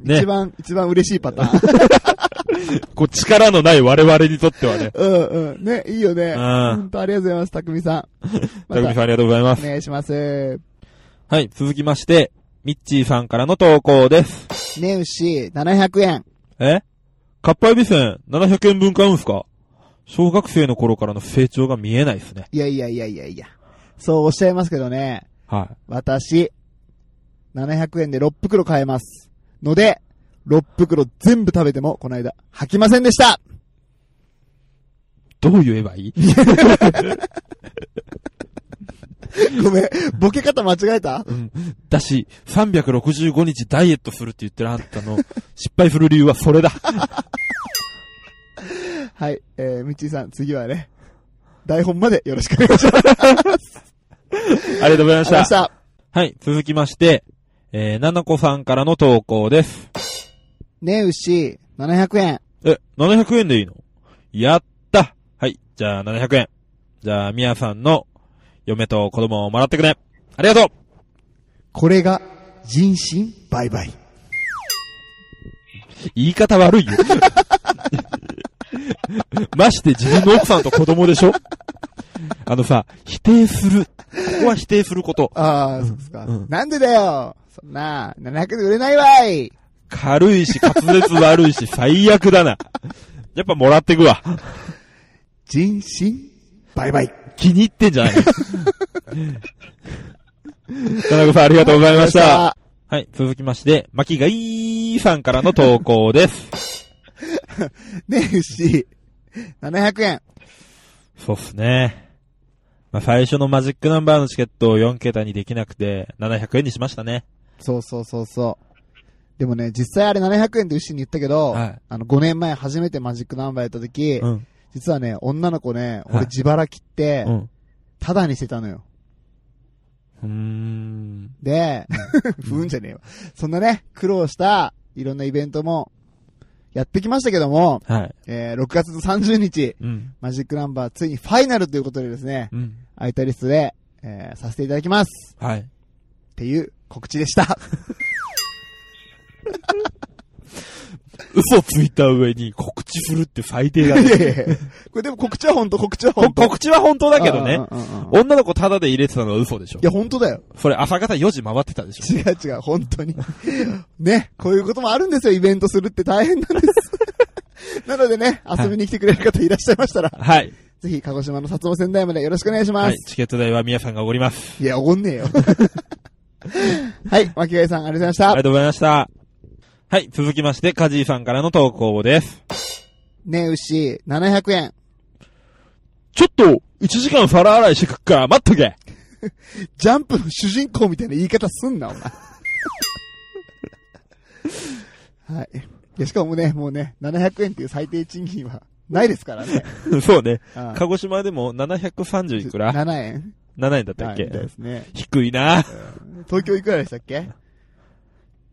Speaker 1: ね
Speaker 2: 一、番、一番嬉しいパ
Speaker 1: (laughs)
Speaker 2: ターン。
Speaker 1: こう力のない我々にとってはね。
Speaker 2: うんうん。ね、いいよね。
Speaker 1: うん
Speaker 2: 本当ありがとうございます、たくみさん。 (laughs) ま
Speaker 1: たくみさん
Speaker 2: た
Speaker 1: ありがとうございます
Speaker 2: お。願いします。
Speaker 1: はい、続きまして、ミッチーさんからの投稿です。
Speaker 2: ね、ウッシー、700円。
Speaker 1: えカッパエビせん700円分買うんすか小学生の頃からの成長が見えないっすね。
Speaker 2: いやいやいやいやいや。そうおっしゃいますけどね、
Speaker 1: は
Speaker 2: 私、700円で6袋買えます。ので、6袋全部食べても、この間、吐きませんでした (laughs)
Speaker 1: い。どう言えばいい
Speaker 2: ごめん、ボケ方間違えた
Speaker 1: うん。だし、365日ダイエットするって言ってるあんたの失敗する理由はそれだ。
Speaker 2: はい、えー、みっちーさん、次はね、台本までよろしくお願いします。
Speaker 1: ありがとうございまし
Speaker 2: ありがとうございま
Speaker 1: た
Speaker 2: し。た。
Speaker 1: はい、続きまして、えー、ななこさんからの投稿です。
Speaker 2: ねえ、牛、700円。
Speaker 1: え、700円でいいのやったはい、じゃあ700円。じゃあ、みやさんの嫁と子供をもらってくれ。ありがとう
Speaker 2: これが、人身売買。
Speaker 1: 言い方悪いよ。 (laughs) まして自分の奥さんと子供でしょあのさ、否定する。ここは否定すること。
Speaker 2: ああ、そうですか、
Speaker 1: うん
Speaker 2: なんでだよそんな、700円で売れないわい
Speaker 1: 軽いし、滑舌悪いし、最悪だな。やっぱもらってくわ。
Speaker 2: 人身売買。
Speaker 1: 気に入ってんじゃないの (laughs) 田中さんありがとうございました。はい、続きまして、巻貝さんからの投稿です。
Speaker 2: ねえ、牛、700円。
Speaker 1: (laughs) そうっすね。まあ、最初のマジックナンバーのチケットを4桁にできなくて、700円にしましたね。
Speaker 2: そうそうそうそう。でもね、実際あれ700円で牛に言ったけど、
Speaker 1: はい
Speaker 2: あの5年前初めてマジックナンバーやった時、
Speaker 1: ん。
Speaker 2: 実はね、女の子
Speaker 1: は
Speaker 2: ね、
Speaker 1: い
Speaker 2: 俺自腹切って
Speaker 1: う、ん。
Speaker 2: タダにしてたのよ。
Speaker 1: うーん。
Speaker 2: で、 (laughs) ふーんじゃねえわ。そんなね、苦労した、いろんなイベントも、やってきましたけども、
Speaker 1: はい。
Speaker 2: えー6月の30日、
Speaker 1: うん。
Speaker 2: マジックナンバーついにファイナルということでですね、
Speaker 1: うん。
Speaker 2: アイタリストで、えーさせていただきます
Speaker 1: はい。
Speaker 2: っていう告知でした。
Speaker 1: 嘘ついた上に告知するって最低だ
Speaker 2: いやい
Speaker 1: ね。
Speaker 2: やいや (laughs) これでも告知は本当、告知は
Speaker 1: こ
Speaker 2: 本当。
Speaker 1: 告知は本当だけどね。
Speaker 2: うんうんうんうん
Speaker 1: 女の子タダで入れてたのは嘘でしょ
Speaker 2: い。や、本当だよ。
Speaker 1: それ朝方4時回ってたでしょ。
Speaker 2: 違う違う、本当に。ね、こういうこともあるんですよ、イベントする (laughs) って大変なんです。なのでね、遊びに来てくれる方いらっしゃいましたら、
Speaker 1: はい。
Speaker 2: ぜひ、鹿児島の薩摩仙台までよろしくお願いしま
Speaker 1: はい。
Speaker 2: す。
Speaker 1: チケット代は皆さんがおごります。
Speaker 2: い、や、おごんねえよ。 (laughs) はい、巻貝さん、あり
Speaker 1: あり
Speaker 2: がとうございまし
Speaker 1: がとうございました。はい、続きまして、カジーさんからの投稿です。
Speaker 2: た。ねえ、牛、700円。
Speaker 1: ちょっと、1時間皿洗いしてくっから、待っとけ
Speaker 2: ジャンプの主人公みたいな言い方すんな、お前。 (laughs) はい。いや、しかもね、もうね、700円っていう最低賃金はないですか
Speaker 1: (laughs)
Speaker 2: らね。
Speaker 1: (laughs) そうね。
Speaker 2: あ
Speaker 1: 鹿児島でも730いくら
Speaker 2: ?7 円
Speaker 1: ?7 円だったっ
Speaker 2: はい
Speaker 1: け、
Speaker 2: みたいですね。
Speaker 1: 低いな
Speaker 2: 東京いくらでしたっけ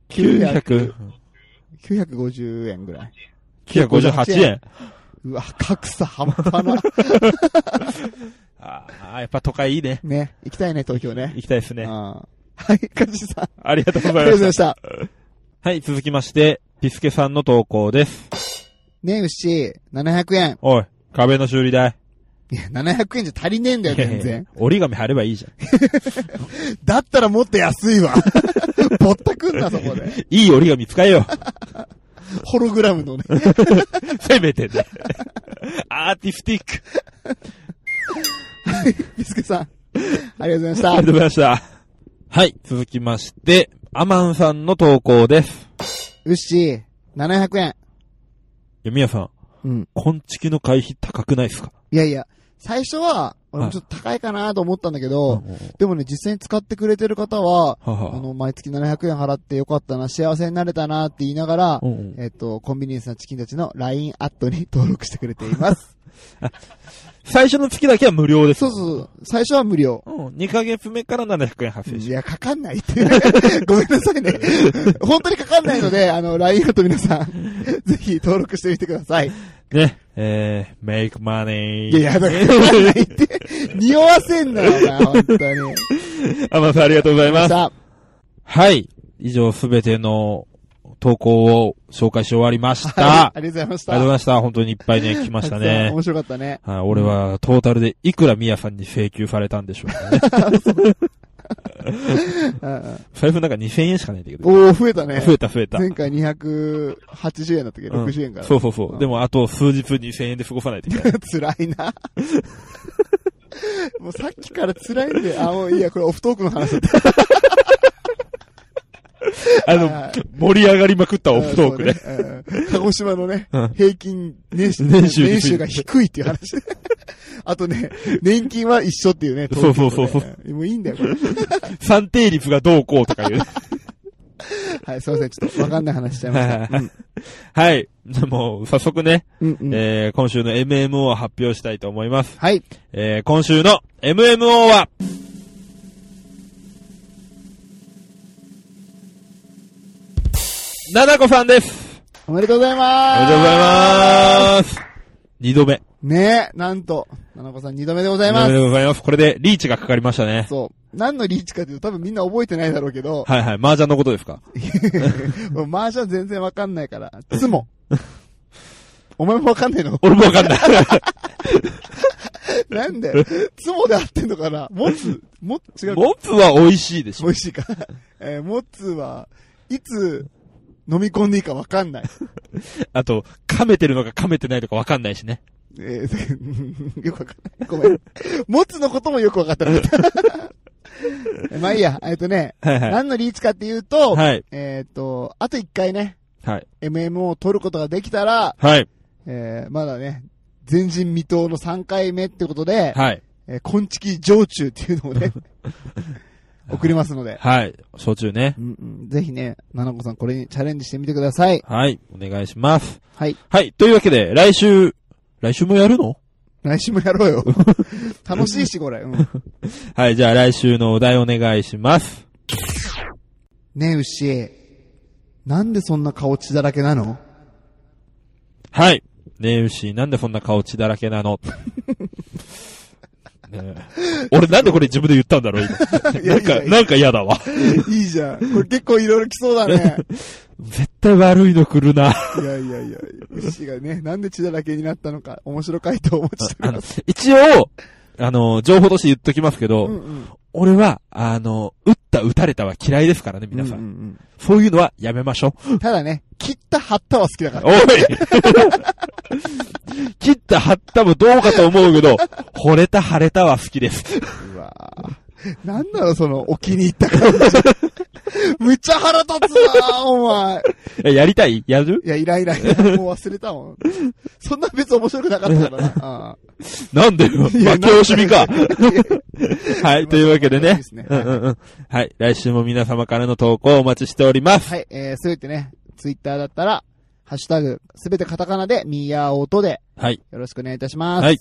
Speaker 1: 900
Speaker 2: ?950 円ぐらい。
Speaker 1: 958円。
Speaker 2: うわ、格差半端
Speaker 1: (laughs)
Speaker 2: な。
Speaker 1: ああ、やっぱ都会いいね。
Speaker 2: ね、行きたいね、東京ね。
Speaker 1: 行きたいですね。
Speaker 2: あーはい、カジさん。
Speaker 1: ありがとうご
Speaker 2: あ
Speaker 1: ざ
Speaker 2: りがとうご
Speaker 1: いま
Speaker 2: ざいま
Speaker 1: し。
Speaker 2: したた。
Speaker 1: はい、続きまして、ピスケさんの投稿です。
Speaker 2: ねえ、牛、700円。
Speaker 1: おい、壁の修理代。
Speaker 2: いや、700円じゃ足りねえんだよ、全然。
Speaker 1: (laughs) 折り紙貼ればいいじゃん。
Speaker 2: だったらもっと安いわ。
Speaker 1: (laughs)
Speaker 2: ぼったくんな、そこで。
Speaker 1: いい折り紙使え (laughs) よ。
Speaker 2: ホログラムのね。
Speaker 1: せめて (laughs) ね。アーティスティック。
Speaker 2: ビスケさん。ありがとうございまし
Speaker 1: あり
Speaker 2: た
Speaker 1: がと。うございました。はい、続きまして、アマンさんの投稿です。
Speaker 2: うっしー、700円。
Speaker 1: いや、みやさん、
Speaker 2: うん。
Speaker 1: 昆虫の会費高くないですか
Speaker 2: いやいや、最初は、俺もちょっと高いかなと思ったんだけど、でもね、実際に使ってくれてる方は、
Speaker 1: はは
Speaker 2: あの、毎月700円払ってよかったな、幸せになれたなって言いながら
Speaker 1: うんうん、
Speaker 2: えっと、コンビニエンスなチキンたちの LINE アットに登録してくれて
Speaker 1: (laughs)
Speaker 2: います。
Speaker 1: 最初の月だけは無料です。
Speaker 2: そうそうそう、最初は無料。
Speaker 1: う。うん、2ヶ月目から700円発生
Speaker 2: い
Speaker 1: し
Speaker 2: や、かかんないって。 (laughs) ごめんなさ
Speaker 1: (laughs)
Speaker 2: いね。本当にかかんないので、あの、LINE アート皆さ
Speaker 1: (laughs)
Speaker 2: ん、ぜひ登録してみてください。
Speaker 1: ね、えー、make money.
Speaker 2: いや、いやだから、かかんないって。匂わせんなよな、本当に。
Speaker 1: アマンさんありがとうございます。
Speaker 2: さあ、
Speaker 1: はい、以上すべての投稿を紹介し終わりました。
Speaker 2: はいあ
Speaker 1: あり
Speaker 2: りがとうございま
Speaker 1: が
Speaker 2: した。
Speaker 1: とうございました。本当にいっぱいね、来ました
Speaker 2: たくさん
Speaker 1: ね。
Speaker 2: 面白かったね。
Speaker 1: はい、俺はトータルでいくらミヤさんに請求されたんでしょうかね。
Speaker 2: (laughs)
Speaker 1: (laughs) 財布なんか2000円しかないんだけど。
Speaker 2: おー、増えたね。
Speaker 1: 増えた増えた。
Speaker 2: 前回280円だったっけ、
Speaker 1: うん
Speaker 2: 60円 (laughs) から。
Speaker 1: そうそうそう。
Speaker 2: ん (laughs)
Speaker 1: でもあと数日2000円で過ごさないといけない。
Speaker 2: 辛いな。もうさっきから辛いんで、あ、もういいや、これオフトークの話だった。
Speaker 1: あ
Speaker 2: は (laughs)
Speaker 1: の
Speaker 2: い、
Speaker 1: 盛り上がりまく (laughs) ったオフトークで。
Speaker 2: そうね。うん鹿児島のね
Speaker 1: うん、
Speaker 2: 平均年収
Speaker 1: 年収について
Speaker 2: 年収が低いっていう話。 (laughs) あとね、年金は一緒っていうね、東京とね
Speaker 1: そうそうそう
Speaker 2: うんもういいんだよ、これ。
Speaker 1: 算定率がどうこうとかいう。
Speaker 2: はい、すいません、ちょっとわかんない話しちゃいまし
Speaker 1: (laughs)
Speaker 2: た。
Speaker 1: はい。じゃあもう、早速ね、
Speaker 2: うんうん
Speaker 1: えー今週の MMO を発表したいと思います。
Speaker 2: はい。
Speaker 1: えー今週の MMO は、ななこさんです
Speaker 2: おめでとうござい
Speaker 1: お
Speaker 2: ます。
Speaker 1: めでとうございます二度目。
Speaker 2: ねえ、なんと、ななこさん二度目でござい
Speaker 1: 二
Speaker 2: ま
Speaker 1: 度目
Speaker 2: す。
Speaker 1: でございます。これでリーチがかかりましたね。
Speaker 2: そう。何のリーチかというと多分みんな覚えてないだろうけど、
Speaker 1: はいはい。麻雀のことですか
Speaker 2: (laughs) もうマージャン全然わかんないから、つも。お前もわかんないの
Speaker 1: 俺もわかん (laughs) ない。
Speaker 2: なんでつもで合ってんのかなもつも、違うか。
Speaker 1: モップは美味しいでし
Speaker 2: 美
Speaker 1: ょ。
Speaker 2: 味しいか。えー、もつは、いつ飲み込んでいいかわかんない。
Speaker 1: あと、噛めてるのか噛めてないのかわかんないしね。
Speaker 2: えー、よ (laughs) くわかんない。ごめん。もつのこともよくわかってなかった。 (laughs) まあいいや、えっとね、
Speaker 1: はいはい。
Speaker 2: 何のリーチかっていうと、
Speaker 1: はい。
Speaker 2: えっ、と、あと一回ね、
Speaker 1: はい。
Speaker 2: MMO を取ることができたら、
Speaker 1: はい。
Speaker 2: えー、まだね、前人未到の3回目ってことで、
Speaker 1: はい。
Speaker 2: えー、昆虫常駐っていうのを
Speaker 1: (laughs)
Speaker 2: ね、送りますので、
Speaker 1: はい。焼酎ね
Speaker 2: う。んうん、ぜひね、ななこさんこれにチャレンジしてみてください。
Speaker 1: はい。お願いします。
Speaker 2: はい。
Speaker 1: はい。というわけで、来週、来週もやるの
Speaker 2: 来週もやろうよ。
Speaker 1: (laughs)
Speaker 2: 楽しいし、これ。うん、
Speaker 1: はい。じゃあ来週のお題お願いします。
Speaker 2: ねえ、牛。なんでそんな顔血だらけなの
Speaker 1: はい。ねえ、牛、なんでそんな顔血だらけなの (laughs) ねえ俺なんでこれ自分で言ったんだろう、今。
Speaker 2: いや
Speaker 1: (laughs) なんか、な
Speaker 2: いや
Speaker 1: んか嫌だわ。
Speaker 2: いいじゃん。これ結構いろいろ来そうだね。
Speaker 1: 絶対悪いの来るな。
Speaker 2: いやいやいや、牛がね、なんで血だらけになったのか、面白回答をお持ちしてお
Speaker 1: あ
Speaker 2: り
Speaker 1: の
Speaker 2: ます。、
Speaker 1: 一応、あの、情報として言っときますけど、
Speaker 2: うんうん
Speaker 1: 俺は、あの、打った打たれたは嫌いですからね、皆さん。
Speaker 2: うん
Speaker 1: そういうのはやめましょ
Speaker 2: うんただね、切った貼ったは好きだか
Speaker 1: う。
Speaker 2: (laughs) ら。
Speaker 1: おい切った貼ったもどうかと思うけど、惚れた腫れたは好きです。
Speaker 2: うわぁなんだろう、その、お気に入った感じ。 (laughs) むっちゃ腹立つわぁ、お前。
Speaker 1: えやりたいやる
Speaker 2: いや、イライライラ。もう忘れたもん。そんな別に面白くなかったからな。あ (laughs)
Speaker 1: なんでよ。
Speaker 2: いや
Speaker 1: まあ、教師味
Speaker 2: (laughs)
Speaker 1: か。はい、というわけで
Speaker 2: まあいい
Speaker 1: ね
Speaker 2: ですね。
Speaker 1: うんうんうんはい、来週も皆様からの投稿をお待ちしておりま
Speaker 2: ー
Speaker 1: す。
Speaker 2: はい、えー、すべてね、ツイッターだったら、ハッシュタグ、すべてカタカナで、ミーヤーオートで、
Speaker 1: はい。
Speaker 2: よろしくお願いいたします。
Speaker 1: はい。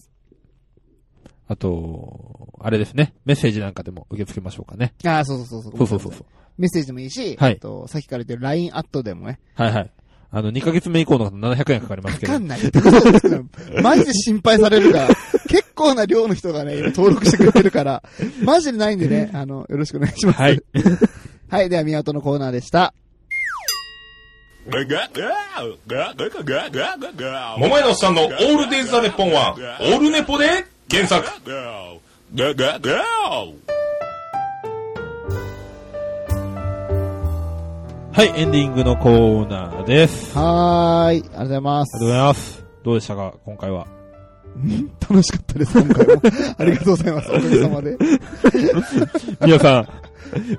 Speaker 1: あと、あれですね。メッセージなんかでも受け付けましょうかね。
Speaker 2: ああ、そうそうそうそう。
Speaker 1: そうそうそうそう。
Speaker 2: メッセージでもいいし、
Speaker 1: はい
Speaker 2: えっと、さっきから言ってる LINE アットでもね、
Speaker 1: はいはい。あの、2ヶ月目以降の700円かかりま
Speaker 2: か
Speaker 1: すけ
Speaker 2: か
Speaker 1: ど。
Speaker 2: んない。マジで心配されるから、結構な量の人がね、今登録してくれてるから、マジでないんでね、あの、よろしくお願いします。
Speaker 1: はい。
Speaker 2: はい、では、宮本のコーナーでした。
Speaker 6: 桃井のおっさんのオールデイズ・ザ・ネッポンは、オールネポで検索。
Speaker 1: はい、エンディングのコーナーです。あ
Speaker 2: はーい、ありがとうございま
Speaker 1: りが
Speaker 2: す
Speaker 1: とう。ございます。どうでしたか、今回
Speaker 2: (laughs)
Speaker 1: は。
Speaker 2: 楽しかったです、今回も。ありがとうございます、おかげさ
Speaker 1: (laughs)
Speaker 2: まで。
Speaker 1: 皆さん、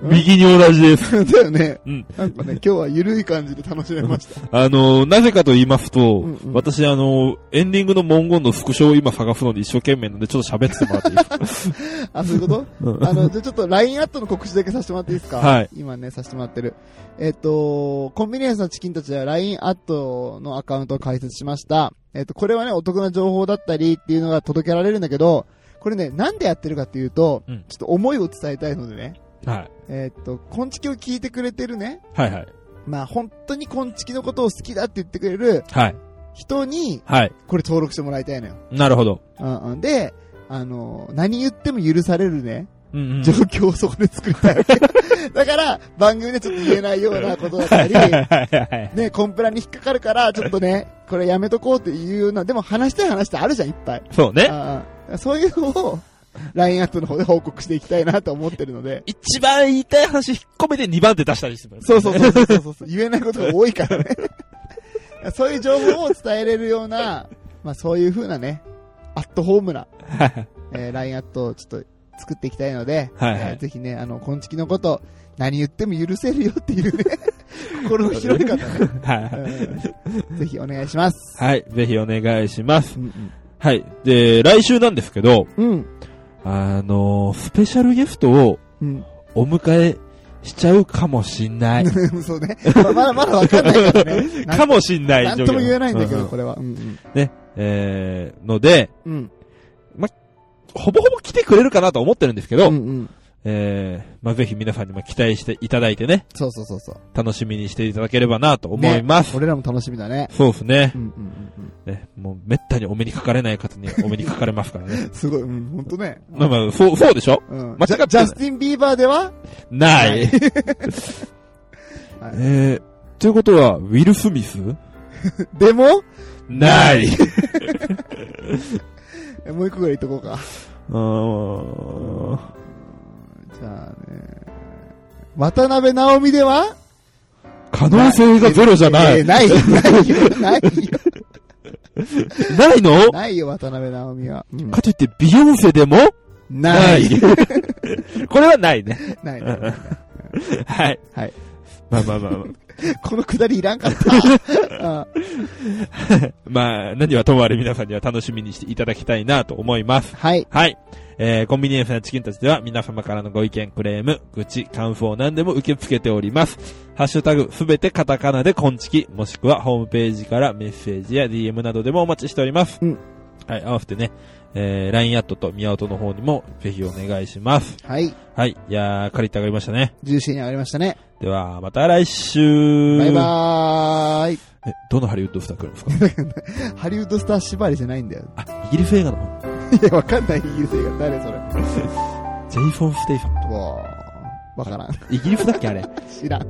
Speaker 1: 右に同じです。
Speaker 2: だよね。
Speaker 1: うん
Speaker 2: なんかね、今日は緩い感じで楽しめました。
Speaker 1: あのー、なぜかと言いますと、
Speaker 2: んうん
Speaker 1: 私、あのー、エンディングの文言のスクショを今探すので一生懸命なんで、ちょっと喋ってもらっていいです
Speaker 2: (laughs)
Speaker 1: か
Speaker 2: あ、そういう
Speaker 1: (laughs)
Speaker 2: こと、あの、じゃあちょっと LINE アットの告知だけさせてもらっていいですか
Speaker 1: はい。
Speaker 2: 今ね、させてもらってる。えっ、と、コンビニエンスのチキンたちは LINE アットのアカウントを開設しました。えっ、と、これはね、お得な情報だったりっていうのが届けられるんだけど、これね、なんでやってるかっていうと、
Speaker 1: うん
Speaker 2: ちょっと思いを伝えたいのでね、
Speaker 1: はい。
Speaker 2: えっ、と、昆虫を聞いてくれてるね、
Speaker 1: はいはい。
Speaker 2: まあ本当に昆虫のことを好きだって言ってくれる
Speaker 1: はい。
Speaker 2: 人に、
Speaker 1: はい。
Speaker 2: これ登録してもらいたいのよ。
Speaker 1: なるほど。
Speaker 2: うんうん、で、あの、何言っても許されるね、
Speaker 1: うんうん
Speaker 2: 状況をそこで作りたい
Speaker 1: (laughs)
Speaker 2: わけ。だから、番組でちょっと言えないようなことだっ
Speaker 1: は
Speaker 2: た
Speaker 1: い
Speaker 2: り、
Speaker 1: はい (laughs) はいはい。
Speaker 2: ね、コンプラに引っかかるから、ちょっとね、これやめとこうっていうような、でも話したい話ってあるじゃん、いっぱい。
Speaker 1: そうね。
Speaker 2: ああそういうのを、LINE アップの方で報告していきたいなと思ってるので、
Speaker 1: 一番言いたい話引っ込めて2番手出したりする。
Speaker 2: そうそうそうそうそう
Speaker 1: (laughs)
Speaker 2: そう、言えないことが多いからね。 (laughs) そう
Speaker 1: (laughs)
Speaker 2: いう情報を伝えれるような、まあそういう風なね、アットホームなえー、LINE アットをちょっと作っていきたいので、
Speaker 1: はいはい
Speaker 2: えーぜひね、あの、こんちきのこと、何言っても許せるよっていうね、 (laughs) 心の広い方ね、
Speaker 1: はい。
Speaker 2: うんぜひお願いします。
Speaker 1: はい。ぜひお願いします
Speaker 2: う。ん
Speaker 1: はい。で、来週なんですけど、
Speaker 2: うん。うん。
Speaker 1: あのースペシャルゲストを
Speaker 2: うん。
Speaker 1: お迎えしちゃうかもしん
Speaker 2: (laughs)
Speaker 1: ない。
Speaker 2: そうね。まあまだまだわかんないけど
Speaker 1: (laughs)
Speaker 2: ね。
Speaker 1: かもしんない
Speaker 2: なんとも言えないんだけ
Speaker 1: う
Speaker 2: ど、
Speaker 1: う
Speaker 2: これは。うん
Speaker 1: ね。えー、ので、
Speaker 2: うん。うん。
Speaker 1: ほぼほぼ来てくれるかなと思ってるんですけど、
Speaker 2: うんうん。
Speaker 1: えー、まあ、ぜひ皆さんにも期待していただいてね、
Speaker 2: そうそうそうそう。
Speaker 1: 楽しみにしていただければなと思います。
Speaker 2: ね俺らも楽しみだね。
Speaker 1: そうですね
Speaker 2: う。んうんうん
Speaker 1: ね、もうめったにお目にかかれない方にお目にかかれますからね (laughs)
Speaker 2: う。ん。すごい、うん、ほんとね。
Speaker 1: まあまあ、そう、そうでしょ
Speaker 2: うん。
Speaker 1: 間違って
Speaker 2: ジ
Speaker 1: ない
Speaker 2: ャジャスティン・ビーバーでは
Speaker 1: ない。
Speaker 2: は
Speaker 1: えー、ということは、ウィル・スミス
Speaker 2: でも、
Speaker 1: ない。う
Speaker 2: えもう一個ぐらい言っとこうか。
Speaker 1: ーん。
Speaker 2: じゃあね。渡辺直美では
Speaker 1: 可能性がゼロじゃな
Speaker 2: えー
Speaker 1: い。
Speaker 2: ないよ、ないよ、ないよ。
Speaker 1: ないの
Speaker 2: ないよ、渡辺直美は。うん
Speaker 1: かといって、ビヨンセでも
Speaker 2: ない。。
Speaker 1: (laughs) これはないね。
Speaker 2: ない。
Speaker 1: はい。
Speaker 2: はい。
Speaker 1: まあまあまあまあ。
Speaker 2: このくだりいらんか (laughs) った。あ
Speaker 1: まあ、何はともあれ皆さんには楽しみにしていただきたいなと思います。
Speaker 2: はい。
Speaker 1: はい。えー、コンビニエンスなチキンたちでは皆様からのご意見、クレーム、愚痴、感想を何でも受け付けております。ハッシュタグ、すべてカタカナでコンチキ、もしくはホームページからメッセージや DM などでもお待ちしております。
Speaker 2: うん
Speaker 1: はい、合わせてね、えー、LINE アットとミアオトの方にもぜひお願いします。
Speaker 2: はい。
Speaker 1: はい、いやー、借りてあがりましたね。
Speaker 2: 重視に上がりましたね。
Speaker 1: では、また来週
Speaker 2: バイバーイ。
Speaker 1: え、どのハリウッドスター来るんですか
Speaker 2: ハリウッドスター縛りじゃないんだよ。
Speaker 1: あ、イギリス映画の方
Speaker 2: いや、わかんない、イギリス映画。誰それ。
Speaker 1: ジェイソン・ステイファン。
Speaker 2: わーわからん。
Speaker 1: イギリスだっけあれ。
Speaker 2: 知らん。